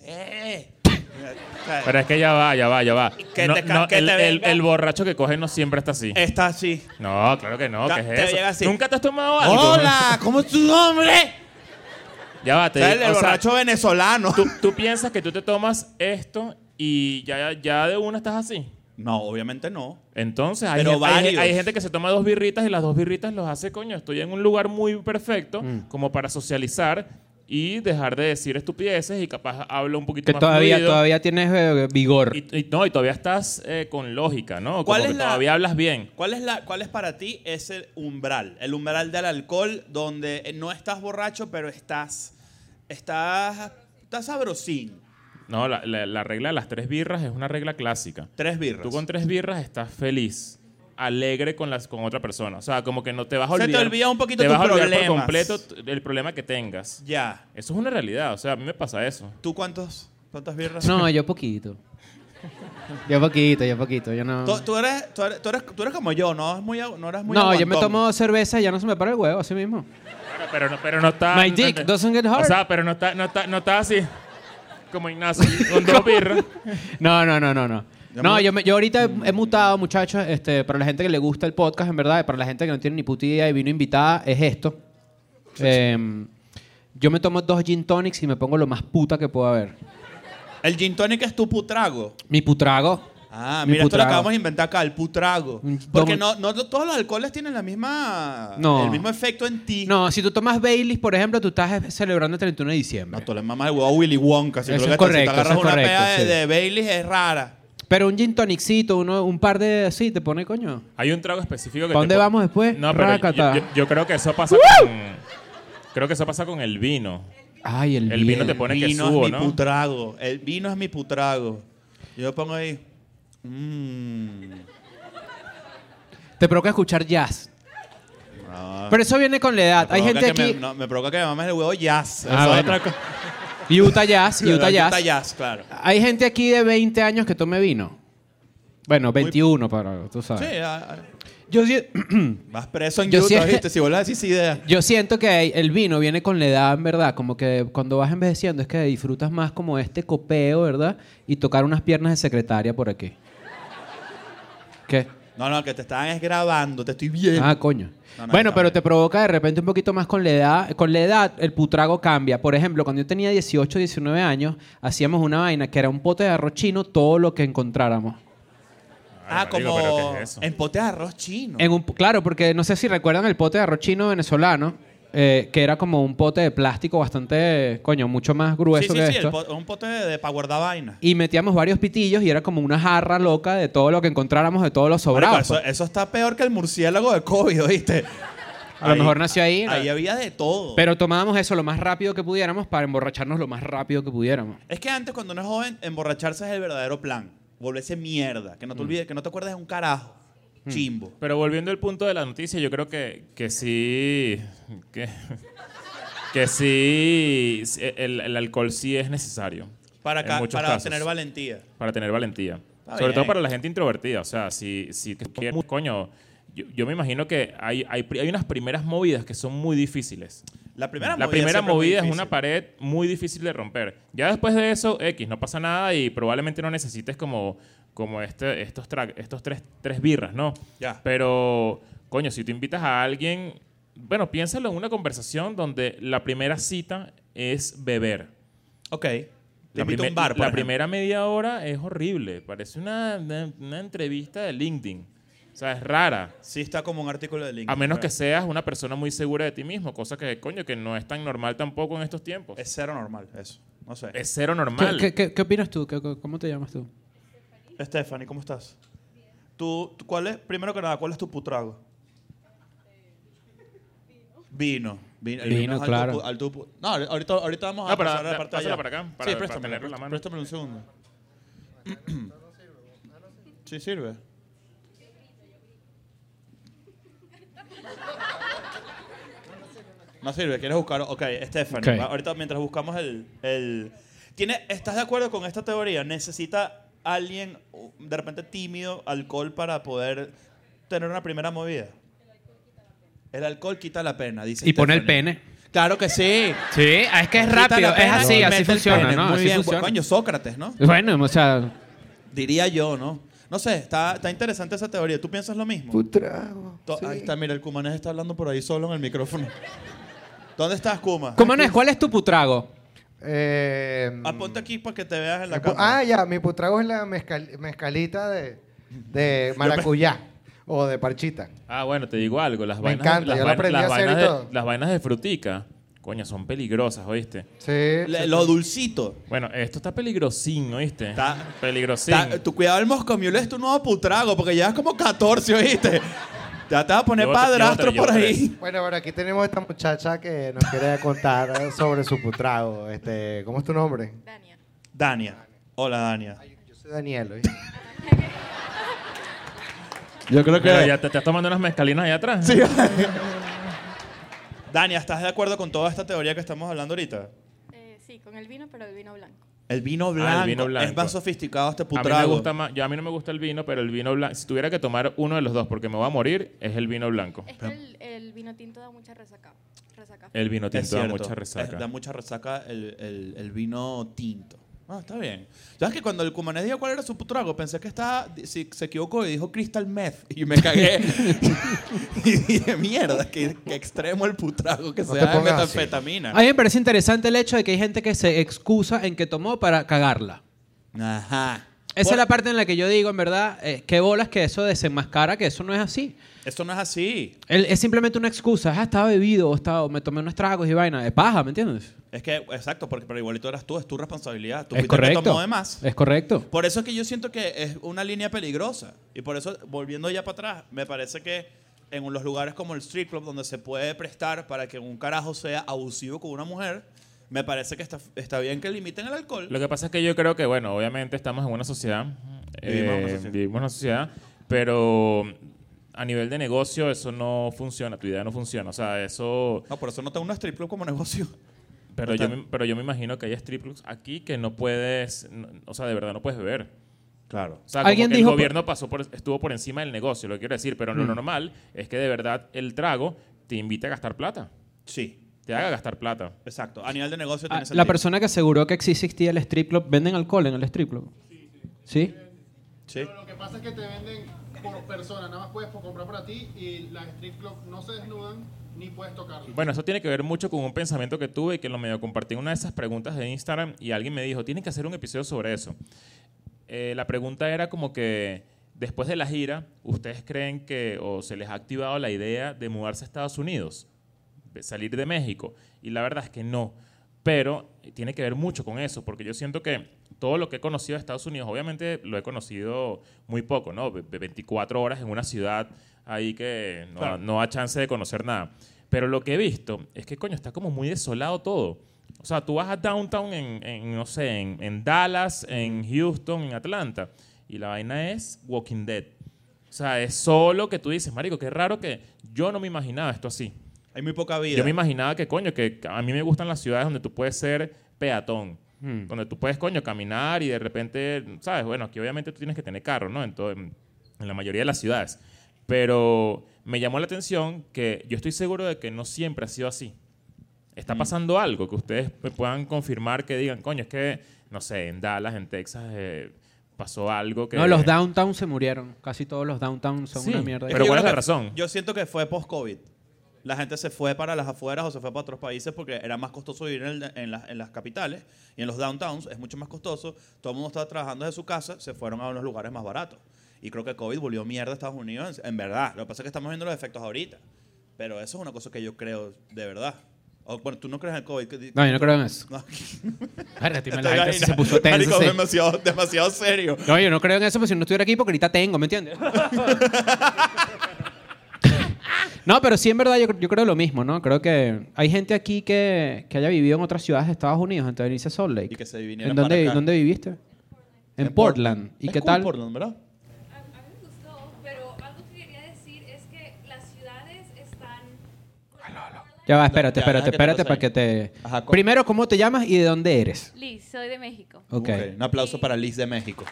¡Eh! O sea,
Pero es que ya va, ya va, ya va.
Que
No,
te ca-
no,
que
el,
te
el-
venga.
el borracho que coge no siempre está así.
Está así.
No, claro que no,
Ca-
¿qué es
te
eso?
llega así.
¿Nunca te has tomado algo?
Hola, ¿cómo es tu nombre?
Ya va,
O
te
sea, el
o sea,
borracho venezolano.
tú, tú piensas que tú te tomas esto y ya, ya de una estás así.
No, obviamente no.
Entonces, hay,
Pero
gen- hay gen-
varios.
hay gente que se toma dos birritas y las dos birritas los hace, coño, estoy en un lugar muy perfecto
Mm.
como para socializar y dejar de decir estupideces y capaz hablo un poquito
que
más
todavía,
fluido.
todavía tienes eh, vigor.
Y, y no, y todavía estás eh, con lógica, ¿no? Como
¿Cuál
que
es la-
todavía hablas bien.
¿Cuál es, la, ¿Cuál es para ti ese umbral? El umbral del alcohol donde eh, no estás borracho, pero estás. Estás. Estás sabrosín.
No, la, la- la regla de las tres birras es una regla clásica.
Tres birras.
Tú con tres birras estás feliz, alegre con, las, con otra persona. O sea, como que no te vas a
Se te
olvidar.
olvida un poquito
Te
tus
vas a olvidar por
problemas.
completo t- el problema que tengas.
Ya.
Eso es una realidad. O sea, a mí me pasa eso.
¿Tú cuántos, cuántas birras?
No, yo poquito. Yo poquito, yo poquito. Yo no...
Tú, tú eres, tú, eres, tú, eres, tú eres como yo, ¿no? Es muy, agu- no eras muy
no, yo me
aguantón.
tomo cerveza y ya no se me para el huevo, así mismo.
Pero- Pero no, pero no está.
My
no-
dick
no-
doesn't get hard.
O sea, pero no está, no está, no está así. Como Ignacio, con dos birras.
No, no, no, no, no.
Ya Mm.
No,
mu-
yo, me- yo ahorita he, he mutado, muchachos, este, para la gente que le gusta el podcast, en verdad, y para la gente que no tiene ni puta idea y vino invitada, es esto. Em, yo me tomo dos gin tonics y me pongo lo más puta que pueda haber.
El gin tonic es tu putrago.
Mi putrago.
Ah,
Mi
mira, esto lo
putrago.
acabamos de inventar acá, el putrago.
Un
Porque
dom-
no, no todos los alcoholes tienen la misma.
No.
El mismo efecto en ti.
No, si tú tomas Baileys, por ejemplo, tú estás eh, celebrando el 31
No,
de diciembre.
tú le mamas el huevo a Willy Wonka. Si
Eso
tú
es
lo que te- si te
correcto, eso
agarras
es
una
correcto,
pea de,
sí.
de Baileys es rara.
Pero un gin tonicito, uno, un par de así, te pone coño.
Hay un trago específico que.
¿Pa' dónde
te-
vamos después?
No, pero yo,
Rácata.
yo- yo creo que eso pasa con. Creo que eso pasa con el vino.
Ay, el,
El vino te pone que
vino
subo,
es mi
¿no?
putrago. El vino es mi putrago. Yo pongo ahí. Mmm.
Te provoca escuchar jazz.
No.
Pero eso viene con la edad.
Me
Hay
Ah. provoca
gente
que
aquí.
Me, no, me provoca que me mames el huevo jazz.
Ah,
Eso
bueno.
es otra cosa.
Utah Jazz, Utah Jazz.
Utah jazz, claro.
Hay gente aquí de 20 años que tome vino. Bueno, 21 para, tú
Sí,
sabes.
ah, ah.
Yo, si-
vas preso en
Yo
Utah,
sí-
¿viste? Si vuelves a decir esa idea.
yo siento que hay- el vino viene con la edad, en verdad. Como que cuando vas envejeciendo es que disfrutas más como este copeo, ¿verdad? Y tocar unas piernas de secretaria por aquí. ¿Qué?
No, no, que te estaban es grabando, te estoy viendo.
Ah, coño.
No, no,
bueno,
está
pero
bien.
te provoca de repente un poquito más con la edad. Con la edad, el putrago cambia. Por ejemplo, cuando yo tenía 18, 19 años, hacíamos una vaina que era un pote de arroz chino, todo lo que encontráramos.
Ah,
Ay, marico,
como
¿pero qué es eso?
en pote de arroz chino.
En un- claro, porque no sé si recuerdan el pote de arroz chino venezolano, eh, que era como un pote de plástico bastante, coño, mucho más
sí,
grueso
sí,
que
sí, el
esto.
po- un pote de, de pa' guardar vaina.
y metíamos varios pitillos y era como una jarra loca de todo lo que encontráramos, de todos los
Marico,
sobrados.
eso,
pues.
eso está peor que el murciélago de COVID, ¿viste?
A lo mejor nació ahí, ¿no?
Ahí había de todo.
Pero tomábamos eso lo más rápido que pudiéramos para emborracharnos lo más rápido que pudiéramos.
es que antes, cuando uno es joven, emborracharse es el verdadero plan. Volverse mierda. Que no
Mm.
te olvides, que no te acuerdes de un carajo. Chimbo.
Pero volviendo al punto de la noticia, yo creo que, que sí. Que, que sí. sí, El, el alcohol sí es necesario.
Para,
en
ca-
muchos
para
casos.
tener valentía.
Para tener valentía.
Está
Sobre
bien.
todo para la gente introvertida. O sea, si, si tú quieres- coño. Yo, yo me imagino que hay, hay, pri- hay unas primeras movidas que son muy difíciles.
La primera
la
movida
primera
siempre muy
movida es
difícil.
una pared muy difícil de romper. Ya después de eso, X, no pasa nada y probablemente no necesites como, como este, estos, tra- estos tres, tres birras, ¿no?
Ya.
Pero, coño, si tú invitas a alguien, bueno, piénsalo en una conversación donde la primera cita es beber.
Ok. Te
La,
invito a
primer-
un bar, por
la
ejemplo.
primera media hora es horrible. Parece una, una- una entrevista de LinkedIn. O sea, es rara.
Sí está como un artículo de LinkedIn.
A menos
pero
que seas una persona muy segura de ti mismo, cosa que, coño, que no es tan normal tampoco en estos tiempos.
Es cero normal, eso. No sé.
Es cero normal.
¿Qué, qué- qué- qué opinas tú? ¿Qué- qué- ¿Cómo te llamas tú?
Stephanie, ¿cómo estás? ¿Tú, tú- cuál es, primero que nada, cuál es tu putrago? Vino. Vino, el
Vino,
es alto
claro.
pu- alto pu- no, ahorita, ahorita vamos a
No, pero
pasar a
da-
la parte de
pásala
allá.
para acá, para-
sí,
para
préstame,
tenerlo en la mano.
préstame un segundo. sí sirve. No sirve, quieres buscar. Ok, Stephanie.
Ok.
va- Ahorita mientras buscamos el. el- ¿Tiene, ¿Estás de acuerdo con esta teoría? ¿Necesita alguien u- de repente tímido alcohol para poder tener una primera movida? El alcohol quita la pena, dice.
Y pone el
Stephanie.
pene.
Claro que sí.
Sí, ah, es que es
Quita
rápido,
la
es
pena
así,
y
así
mete el
funciona,
pene.
¿no?
Muy
Así
bien, pues,
funciona.
coño, Sócrates, ¿no?
Bueno, o sea,
Diría yo, ¿no? No sé, está, está interesante esa teoría. ¿Tú piensas lo mismo? To- Ahí está, mira, el Cumanés está hablando por ahí solo en el micrófono. ¿Dónde estás, Kuma?
¿cómo no es? ¿Cuál es tu putrago?
Eh,
Aponte aquí para que te veas Ah, en
mi
la
pu-
cámara.
Ah, ya, mi putrago es la mezcal- mezcalita de, de maracuyá o de parchita.
Ah, bueno, te digo algo. Las
Me
vainas,
encanta,
las
yo lo
vain-
aprendí
las
a hacer y
vainas de-
todo.
las vainas de frutica, coño, son peligrosas, ¿oíste?
Sí.
Le- lo dulcito.
Bueno, esto está peligrosín, ¿oíste?
Está-
peligrosín.
Ta- tu cuidado el moscomiule es tu nuevo putrago, porque llevas como 14, ¿oíste? Ya te vas a poner
Llévate-
padrastro
llévate,
por
llévate.
ahí.
Bueno, ahora aquí tenemos a esta muchacha que nos quiere contar sobre su putrago. Este, ¿Cómo es tu nombre?
Dania.
Dania. Hola, Dania.
Yo soy Daniel. ¿oí?
Yo creo
Pero
que
ya te, te estás tomando unas mezcalinas allá atrás.
Dania, ¿estás de acuerdo con toda esta teoría que estamos hablando ahorita?
Eh, sí, con el vino, pero el vino blanco.
El vino blanco,
Ah, el vino blanco.
es más sofisticado este
A mí,
putrago.
me gusta más, yo, a mí no me gusta el vino, pero el vino blanco. Si tuviera que tomar uno de los dos porque me voy a morir, es el vino blanco.
Es que el, el vino tinto da mucha resaca. resaca.
El vino
Es
tinto da
cierto,
mucha
es-
resaca.
da mucha resaca el, el- el vino tinto. Ah, está bien. ¿Sabes que cuando el cumanés dijo cuál era su trago, pensé que estaba, si, se equivocó y dijo Crystal Meth y me cagué. y dije, mierda, qué, qué extremo el putrago que
No te
sea de
pongas así.
metanfetamina.
A mí me parece interesante el hecho de que hay gente que se excusa en que tomó para cagarla.
Ajá.
Esa
Por-
es la parte en la que yo digo, en verdad, eh, qué bolas que eso desenmascara, que eso no es así.
Eso no es así.
El- es simplemente una excusa. Ah, estaba bebido, o estaba, me tomé unos tragos y vaina de paja, ¿me entiendes?
Es que, exacto, porque pero igualito eras tú, es tu responsabilidad. Tú
es
fuiste el que
correcto.
tomó de más.
Es correcto.
Por eso es que yo siento que es una línea peligrosa. Y por eso, volviendo ya para atrás, me parece que en los lugares como el street club, donde se puede prestar para que un carajo sea abusivo con una mujer, me parece que está, está bien que limiten el alcohol.
Lo que pasa es que yo creo que, bueno, obviamente estamos en una sociedad.
Vivimos en una
eh,
sociedad.
vivimos en una sociedad, pero a nivel de negocio eso no funciona, tu idea no funciona. O sea, eso...
No, por eso no tengo una strip club como negocio.
Pero yo,
Total.
me- pero yo me imagino que hay strip clubs aquí que no puedes, no- o sea, de verdad no puedes beber.
Claro.
O sea, como
Alguien
que
dijo
el
por- Mm.
gobierno pasó por, estuvo por encima del negocio, lo que quiero decir, pero lo normal es que de verdad el trago te invite a gastar plata,
Sí,
te haga gastar plata.
exacto. A nivel de negocio
Ah,
tiene sentido.
la persona que aseguró que sí existía el strip club, ¿venden alcohol en el strip club? Sí.
Sí.
Pero lo que pasa es que te venden por persona, nada más puedes comprar para ti y las strip club no se desnudan ni puedes tocarlas.
Bueno, eso tiene que ver mucho con un pensamiento que tuve y que lo medio compartí en una de esas preguntas de Instagram y alguien me dijo, tienen que hacer un episodio sobre eso. Eh, la pregunta era como que después de la gira, ¿ustedes creen que o se les ha activado la idea de mudarse a Estados Unidos? de salir de México. Y la verdad es que no. Pero tiene que ver mucho con eso, porque yo siento que todo lo que he conocido de Estados Unidos, obviamente lo he conocido muy poco, ¿no? Ve- ve- 24 horas en una ciudad ahí que no,
Claro.
no da chance de conocer nada. Pero lo que he visto es que, coño, está como muy desolado todo. O sea, tú vas a downtown en, en, no sé, en, en Dallas, en Houston, en Atlanta, y la vaina es Walking Dead. O sea, es solo que tú dices, marico, qué raro que yo no me imaginaba esto así.
Hay muy poca vida.
Yo me imaginaba que, coño, que a mí me gustan las ciudades donde tú puedes ser peatón.
Hmm.
Donde tú puedes, coño, caminar y de repente, ¿sabes? Bueno, aquí obviamente tú tienes que tener carro, ¿no? En, todo- en en la mayoría de las ciudades. Pero me llamó la atención que yo estoy seguro de que no siempre ha sido así. Está
Hmm.
pasando algo que ustedes me puedan confirmar que digan, coño, es que, no sé, en Dallas, en Texas, eh, pasó algo que...
No, los downtown se murieron. Casi todos los downtown son
Sí,
una mierda.
pero
yo
¿cuál es
creo
la
que-
razón?
Yo siento que fue post-COVID. La gente se fue para las afueras o se fue para otros países porque era más costoso vivir en, el- en las, en las capitales y en los downtowns es mucho más costoso. Todo el mundo estaba trabajando desde su casa, se fueron a unos lugares más baratos. Y creo que COVID volvió mierda a Estados Unidos, en, en verdad. Lo que pasa es que estamos viendo los efectos ahorita. Pero eso es una cosa que yo creo de verdad. O, bueno, tú no crees en el COVID. que di-
No, yo no creo en eso.
No.
Espérate, me
Te
la gente
imaginas.
se puso tenso.
Marico,
sí.
demasiado, demasiado serio.
No, yo no creo en eso, pero si no estuviera aquí, porque ahorita tengo, ¿me entiendes? no, pero sí, en verdad, yo, yo creo lo mismo, ¿no? Creo que hay gente aquí que, que haya vivido en otras ciudades de Estados Unidos antes de venirse a Salt Lake.
Y que se vinieran
¿En
para
dónde,
acá.
dónde viviste? En, Portland. ¿Y
Es
qué
cool
tal?
Portland, ¿verdad?
A, a mí me gustó, pero algo que quería decir es que las ciudades están...
Ya va, espérate,
Ya, deja
espérate,
que te
espérate
lo
para que te...
Ajá, ¿cómo?
Primero, ¿cómo te llamas y de dónde eres?
Liz, soy de México.
Ok.
Ok, Un aplauso para Liz de México.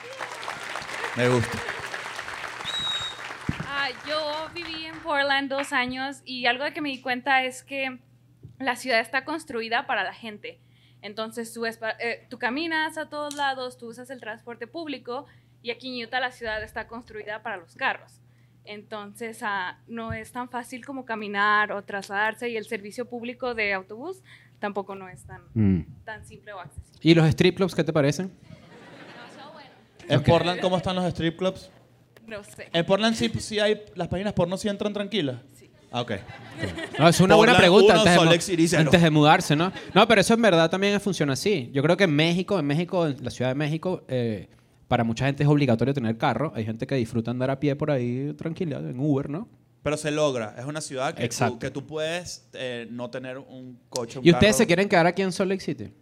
Me gusta.
Ah, yo viví en Portland dos años y algo de que me di cuenta es que la ciudad está construida para la gente. Entonces tú, es pa- eh, tú caminas a todos lados, tú usas el transporte público y aquí en Utah la ciudad está construida para los carros. Entonces ah, no es tan fácil como caminar o trasladarse y el servicio público de autobús tampoco no es tan,
Mm.
tan simple o accesible.
¿Y los strip clubs qué te parecen?
Demasiado bueno.
En Portland, ¿cómo están los strip clubs?
No sé.
En Portland sí, sí hay, las páginas porno sí entran tranquilas. Sí. Ah, ok.
No, es una
Por
buena
la
pregunta
uno,
antes, de,
Solex y
mu-
Díselo.
antes de mudarse, ¿no? No, pero eso en verdad también funciona así. Yo creo que en México, en México, en la Ciudad de México, eh, para mucha gente es obligatorio tener carro. Hay gente que disfruta andar a pie por ahí tranquila, en Uber, ¿no?
Pero se logra. Es una ciudad que, tú,
Exacto.
que tú puedes eh, no tener un coche. un
¿Y ustedes
carro.
se quieren quedar aquí en Salt Lake City?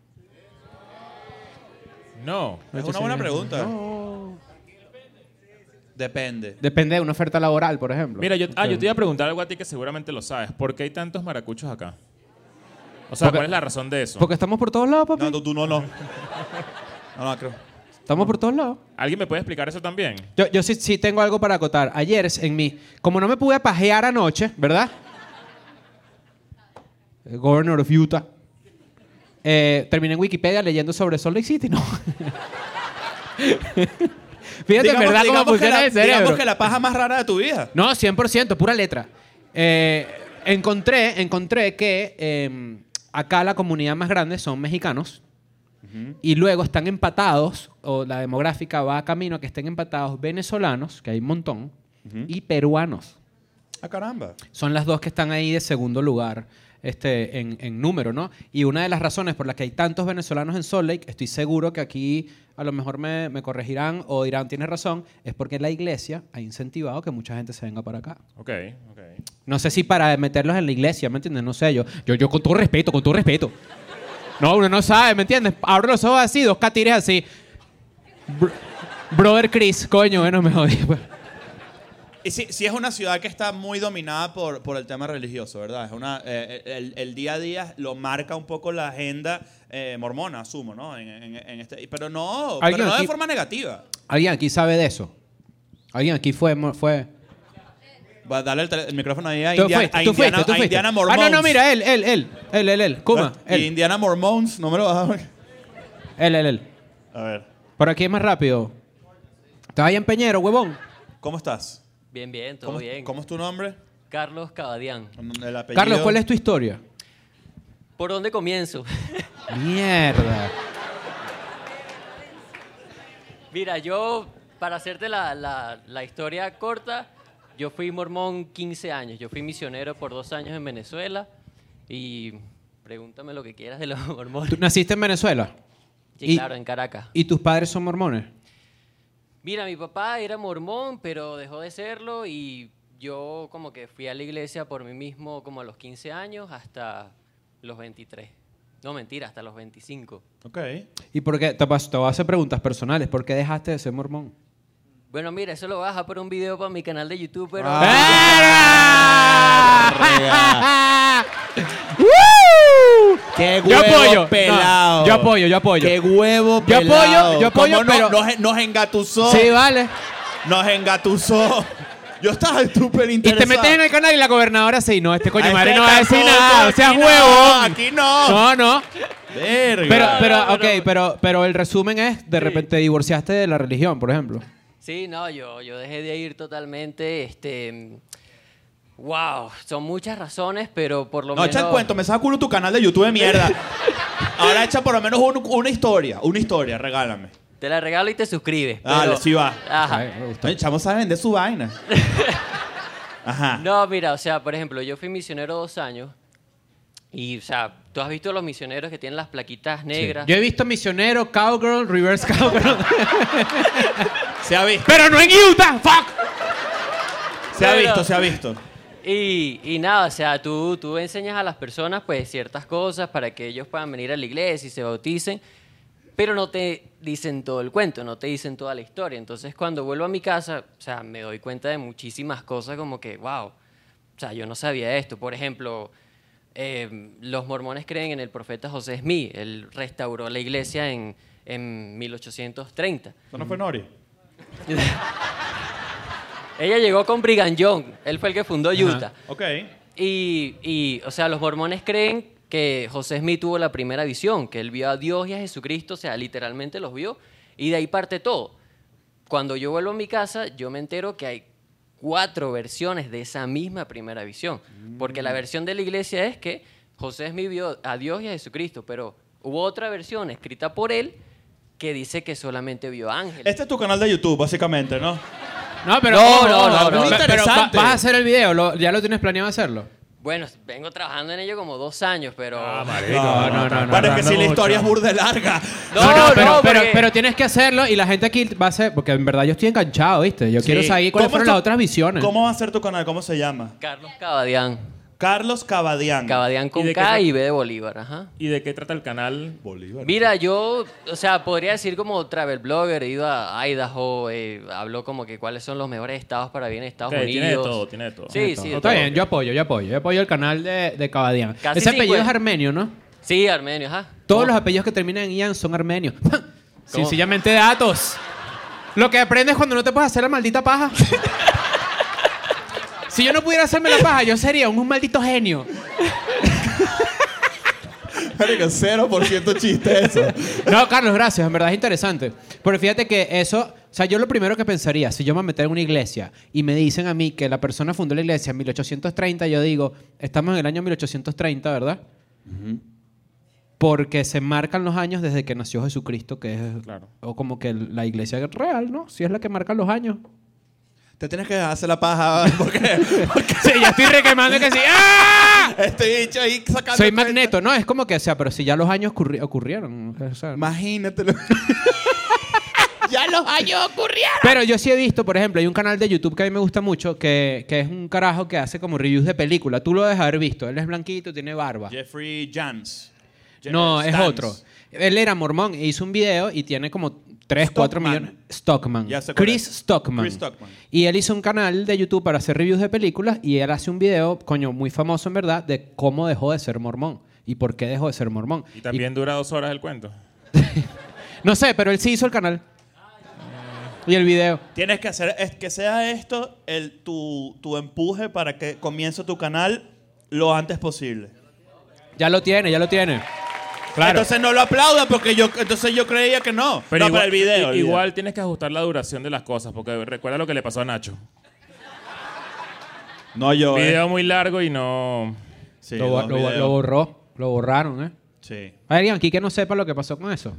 No.
Es una buena pregunta.
No.
Depende.
Depende de una oferta laboral, por ejemplo.
Mira, yo, ah,
Ok.
yo te iba a preguntar algo a ti que seguramente lo sabes. ¿Por qué hay tantos maracuchos acá? O sea,
Porque-
¿cuál es la razón de eso?
Porque estamos por todos lados, papi.
No, tú, tú no, no. No, no, creo.
Estamos por todos lados.
¿Alguien me puede explicar eso también?
Yo, yo sí, sí tengo algo para acotar. Ayer en mi... Como no me pude pajear anoche, ¿verdad? Eh, Governor of Utah. Eh, terminé en Wikipedia leyendo sobre Salt Lake City, ¿no? Fíjate, en
Digamos-
¿verdad?
digamos
Cómo
que
funciona
la-
el cerebro.
Digamos que la paja más rara de tu vida.
No, 100%, pura letra. Eh, encontré, encontré que eh, acá la comunidad más grande son mexicanos y luego están empatados, o la demográfica va camino a que estén empatados venezolanos, que hay un montón, y peruanos.
Ah, caramba.
Son las dos que están ahí de segundo lugar este, en, en número, ¿no? Y una de las razones por las que hay tantos venezolanos en Salt Lake, estoy seguro que aquí a lo mejor me, me corregirán o dirán, tienes razón, es porque la iglesia ha incentivado que mucha gente se venga para acá.
Ok, ok.
No sé si para meterlos en la iglesia, ¿me entiendes? No sé, yo, yo, yo con todo respeto, con todo respeto. No, uno no sabe, ¿me entiendes? Abro los ojos así, dos catires así. Br- brother Chris, coño, bueno, me jodí. pues.
Y sí, sí es una ciudad que está muy dominada por, por el tema religioso, ¿verdad? Es una, eh, el, el día a día lo marca un poco la agenda eh, mormona, asumo, ¿no? En, en- en este, y- pero no, pero
¿Alguien
no
aquí-
de forma negativa.
¿Alguien aquí sabe de eso? ¿Alguien aquí fue? mo- fue?
Va, dale el, tele- el micrófono ahí a,
Tú
Indiana,
fuiste,
a
tú fuiste,
Indiana,
tú
a
fuiste.
Indiana
Ah,
Mormons. Ah,
no, no, mira, él, él, él, él, él, él, Kuma,
Y
él,
Indiana Mormons, no me lo vas a ver.
él, él, él.
A ver,
Por aquí es más rápido. ¿Estás ahí en Peñero, huevón?
¿cómo estás?
Bien, bien, todo
¿Cómo,
bien.
cómo es tu nombre?
Carlos Cabadián.
El apellido.
Carlos, ¿cuál es tu historia?
¿Por dónde comienzo?
Mierda.
Mira, yo, para hacerte la, la- la historia corta, yo fui mormón 15 años. Yo fui misionero por dos años en Venezuela. Y pregúntame lo que quieras de los
¿Tú
mormones.
naciste en Venezuela?
Sí,
y-
claro, en Caracas.
¿Y tus padres son mormones?
Mira, mi papá era mormón, pero dejó de serlo y yo como que fui a la iglesia por mí mismo como a los 15 años hasta los 23. No, mentira, hasta los 25.
Ok.
¿Y por qué? Te, pas- te voy a hacer preguntas personales. ¿Por qué dejaste de ser mormón?
Bueno, mira, eso lo baja por un video para mi canal de YouTube, pero...
Ah.
¡Woo!
¡Qué
Yo apoyo. No, yo apoyo, yo apoyo.
¡Qué huevo
Yo apoyo,
pelado!
yo apoyo,
¿Cómo no?
pero-
Nos, nos engatusó.
Sí, vale.
Nos engatusó. Yo estaba súper
Y
interesado.
te metes en el canal y la gobernadora sí, no, este coño
Este
madre no va a decir
tampoco,
nada, o
aquí
sea,
no,
huevo.
aquí no.
No, no.
Verga.
Pero,
no,
pero,
no.
ok, pero, pero el resumen es, de repente te divorciaste de la religión, por ejemplo.
Sí, no, yo, yo dejé de ir totalmente, este... Wow, son muchas razones, pero por lo
no,
menos...
echa el cuento, me saca culo tu canal de YouTube de mierda. Ahora echa por lo menos un- una historia, una historia, regálame.
Te la regalo y te suscribes.
Dale,
pero-
sí va.
Ajá.
Ay, me gustó.
El chamo sabe vender su vaina. Ajá.
No, mira, o sea, por ejemplo, yo fui misionero dos años y, o sea, tú has visto los misioneros que tienen las plaquitas negras.
Yo he visto misionero, cowgirl, reverse cowgirl.
Se ha visto,
pero no en Utah, fuck.
se ha
Pero-
visto, se ha visto.
Y, y nada, o sea, tú, tú enseñas a las personas pues ciertas cosas para que ellos puedan venir a la iglesia y se bauticen, pero no te dicen todo el cuento, no te dicen toda la historia. Entonces, cuando vuelvo a mi casa, o sea, me doy cuenta de muchísimas cosas como que, wow, o sea, yo no sabía esto. Por ejemplo, eh, los mormones creen en el profeta José Smith, él restauró la iglesia en, en 1830.
¿Eso no fue Nori?
Ella llegó con Brigham Young, él fue el que fundó Utah.
Ok.
Y, y, o sea, los mormones creen que José Smith tuvo la primera visión, que él vio a Dios y a Jesucristo, o sea, literalmente los vio, y de ahí parte todo. Cuando yo vuelvo a mi casa, yo me entero que hay cuatro versiones de esa misma primera visión, porque la versión de la iglesia es que José Smith vio a Dios y a Jesucristo, pero hubo otra versión escrita por él que dice que solamente vio ángeles.
Este es tu canal de YouTube, básicamente, ¿no?
No, pero
No,
ojo,
no,
ojo,
no,
ojo,
no.
pero- pero va-
Interesante.
vas a hacer el video, lo- ya lo tienes planeado hacerlo.
Bueno, vengo trabajando en ello como dos años, pero...
Ah,
No, no, no, no.
Bueno, es Ah, que sí, la historia es burda larga.
No,
No, no,
no,
pero, pero,
porque-
pero tienes que hacerlo y la gente aquí va a ser. Porque en verdad yo estoy enganchado, ¿viste? Yo quiero saber cuáles
¿Cómo
fueron
es tu-
las otras visiones.
¿Cómo va a ser tu canal? ¿Cómo se llama?
Carlos Cabadián.
Carlos Cabadián.
Cabadián con
de qué
K
se-
y B de Bolívar, ajá.
¿Y de qué trata el canal?
Bolívar.
Mira, yo, o sea, podría decir como travel blogger, he ido a Idaho, eh, habló como que cuáles son los mejores estados para vivir en Estados
Ok,
Unidos.
tiene de todo, tiene de todo.
Sí,
Tiene de
sí.
todo.
de
Está
todo.
bien, yo apoyo, yo apoyo. Yo apoyo el canal de, de Cabadián.
Casi pues.
Ese apellido es
cincuenta.
armenio, ¿no?
Sí, armenio, ajá.
Todos
¿Cómo?
los apellidos que terminan en Ian son armenios. Sencillamente datos. Lo que aprendes cuando no te puedes hacer la maldita paja. si yo no pudiera hacerme la paja, yo sería un, un maldito genio.
Marico, 0% chiste eso.
No, Carlos, gracias. En verdad es interesante. Pero fíjate que eso, o sea, yo lo primero que pensaría, si yo me meter en una iglesia y me dicen a mí que la persona fundó la iglesia en 1830, yo digo, estamos en el año 1830, ¿verdad? Porque se marcan los años desde que nació Jesucristo, que es
Claro.
o como que la iglesia real, ¿no? Si es la que marca los años.
Te tienes que hacer la paja porque, porque
Sí, ya estoy requemando que sí. ¡Ah!
estoy dicho ahí sacando.
Soy
cuenta.
magneto, ¿no? Es como que, o sea, pero si ya los años ocurri- ocurrieron. o sea,
Imagínatelo.
¡Ya los años ocurrieron! Pero yo sí he visto, por ejemplo, hay un canal de YouTube que a mí me gusta mucho, que, que es un carajo que hace como reviews de película. Tú lo debes haber visto. Él es blanquito, tiene barba.
Jeffrey Jans.
No,
Stans.
es otro. Él era mormón e hizo un video y tiene como 3, 4
Stockman.
millones. Stockman.
Ya sé cuál
Chris
es.
Stockman.
Chris Stockman.
Y él hizo un canal de YouTube para hacer reviews de películas y él hace un video, coño, muy famoso en verdad, de cómo dejó de ser mormón y por qué dejó de ser mormón.
Y también dura dos horas el cuento.
No sé, pero él sí hizo el canal.
Ah,
Y el video.
Tienes que hacer es que sea esto el, tu, tu empuje para que comience tu canal lo antes posible.
Ya lo tiene, ya lo tiene. Claro.
Entonces no lo aplaudan porque yo entonces yo creía que no. no, para el video.
i-
el video.
igual tienes que ajustar la duración de las cosas, porque recuerda lo que le pasó a Nacho.
No yo. eh.
Video muy largo y no.
Sí,
lo, bo-
dos
lo bo-
videos.
lo borró, lo borraron, ¿eh?
Sí.
Hay alguien aquí que no sepa lo que pasó con eso.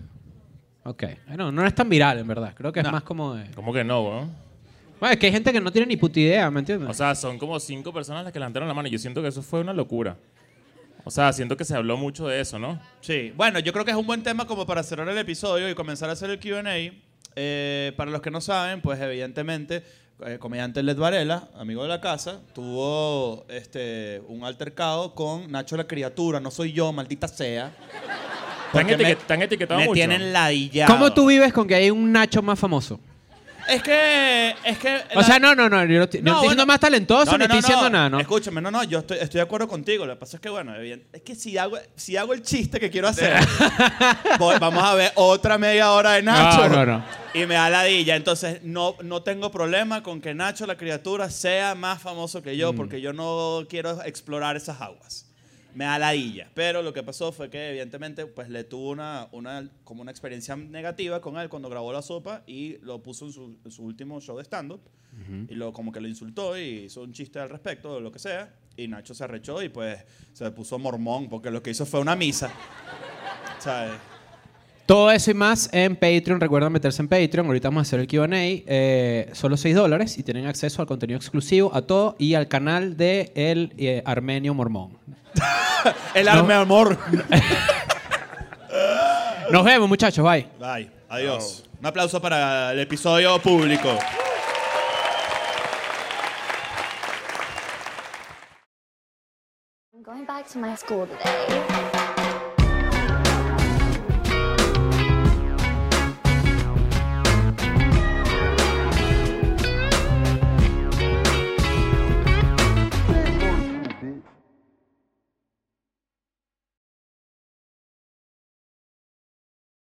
Ok. Bueno, no es tan viral, en verdad. Creo que es más como de...
¿Cómo que no, weón?
Bueno, es que hay gente que no tiene ni puta idea, ¿me entiendes?
O sea, son como cinco personas las que levantaron la mano. y Yo siento que eso fue una locura. O sea, siento que se habló mucho de eso, ¿no?
Sí, bueno, yo creo que es un buen tema como para cerrar el episodio y comenzar a hacer el QA. Eh, para los que no saben, pues evidentemente, eh, comediante Led Varela, amigo de la casa, tuvo este, un altercado con Nacho la Criatura. No soy yo, maldita sea.
¿Están,
Porque me-
etiquet- están etiquetados
Me
mucho?
tienen ladillado.
¿Cómo tú vives con que hay un Nacho más famoso?
Es que. Es que
O sea, no, no, no. Yo no estoy, yo no estoy
bueno.
diciendo más
No,
talentoso, ni
no, no,
estoy diciendo
no.
nada, ¿no?
Escúchame, no, no, yo estoy, estoy de acuerdo contigo. Lo que pasa es que, bueno, evident- es que si hago, si hago el chiste que quiero hacer, voy- vamos a ver otra media hora de Nacho.
No, no, no.
Y me da ladilla. Entonces, no, no tengo problema con que Nacho, la criatura, sea más famoso que
Mm.
yo, porque yo no quiero explorar esas aguas. Me da ladilla. Pero lo que pasó fue que, evidentemente, pues le tuvo una, una, como una experiencia negativa con él cuando grabó La Sopa y lo puso en su, en su último show de stand-up. Y lo, como que lo insultó y hizo un chiste al respecto o lo que sea. Y Nacho se arrechó y pues se puso mormón porque lo que hizo fue una misa. ¿Sabes?
Todo eso y más en Patreon. Recuerda meterse en Patreon. Ahorita vamos a hacer el QA. eh, solo 6 dólares y tienen acceso al contenido exclusivo, a todo y al canal de El eh, Armenio Mormón.
El arme amor.
Nos vemos, muchachos. Bye.
Bye. Adiós. Un aplauso para el episodio público.
I'm going back to my school today.